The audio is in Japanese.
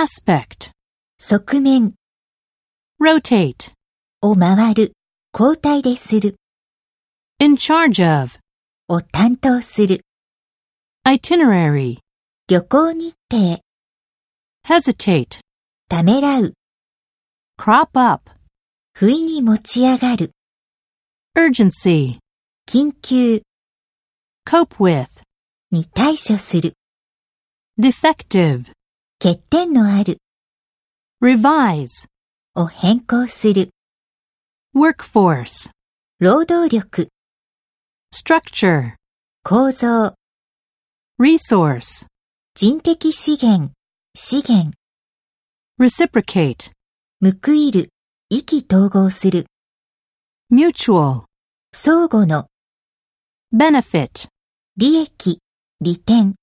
aspect, 側面 rotate, を回る、交代でする、 in charge of, を担当する、 itinerary, 旅行日程、 hesitate, ためらう、 crop up, 不意に持ち上がる、 urgency, 緊急 cope with, に対処する、 defective, 欠点のある revise, を変更する、 workforce, 労働力、 structure, 構造、 resource, 人的資源、資源、 reciprocate, 報いる、意気統合する、 mutual, 相互の benefit. 利益、利点。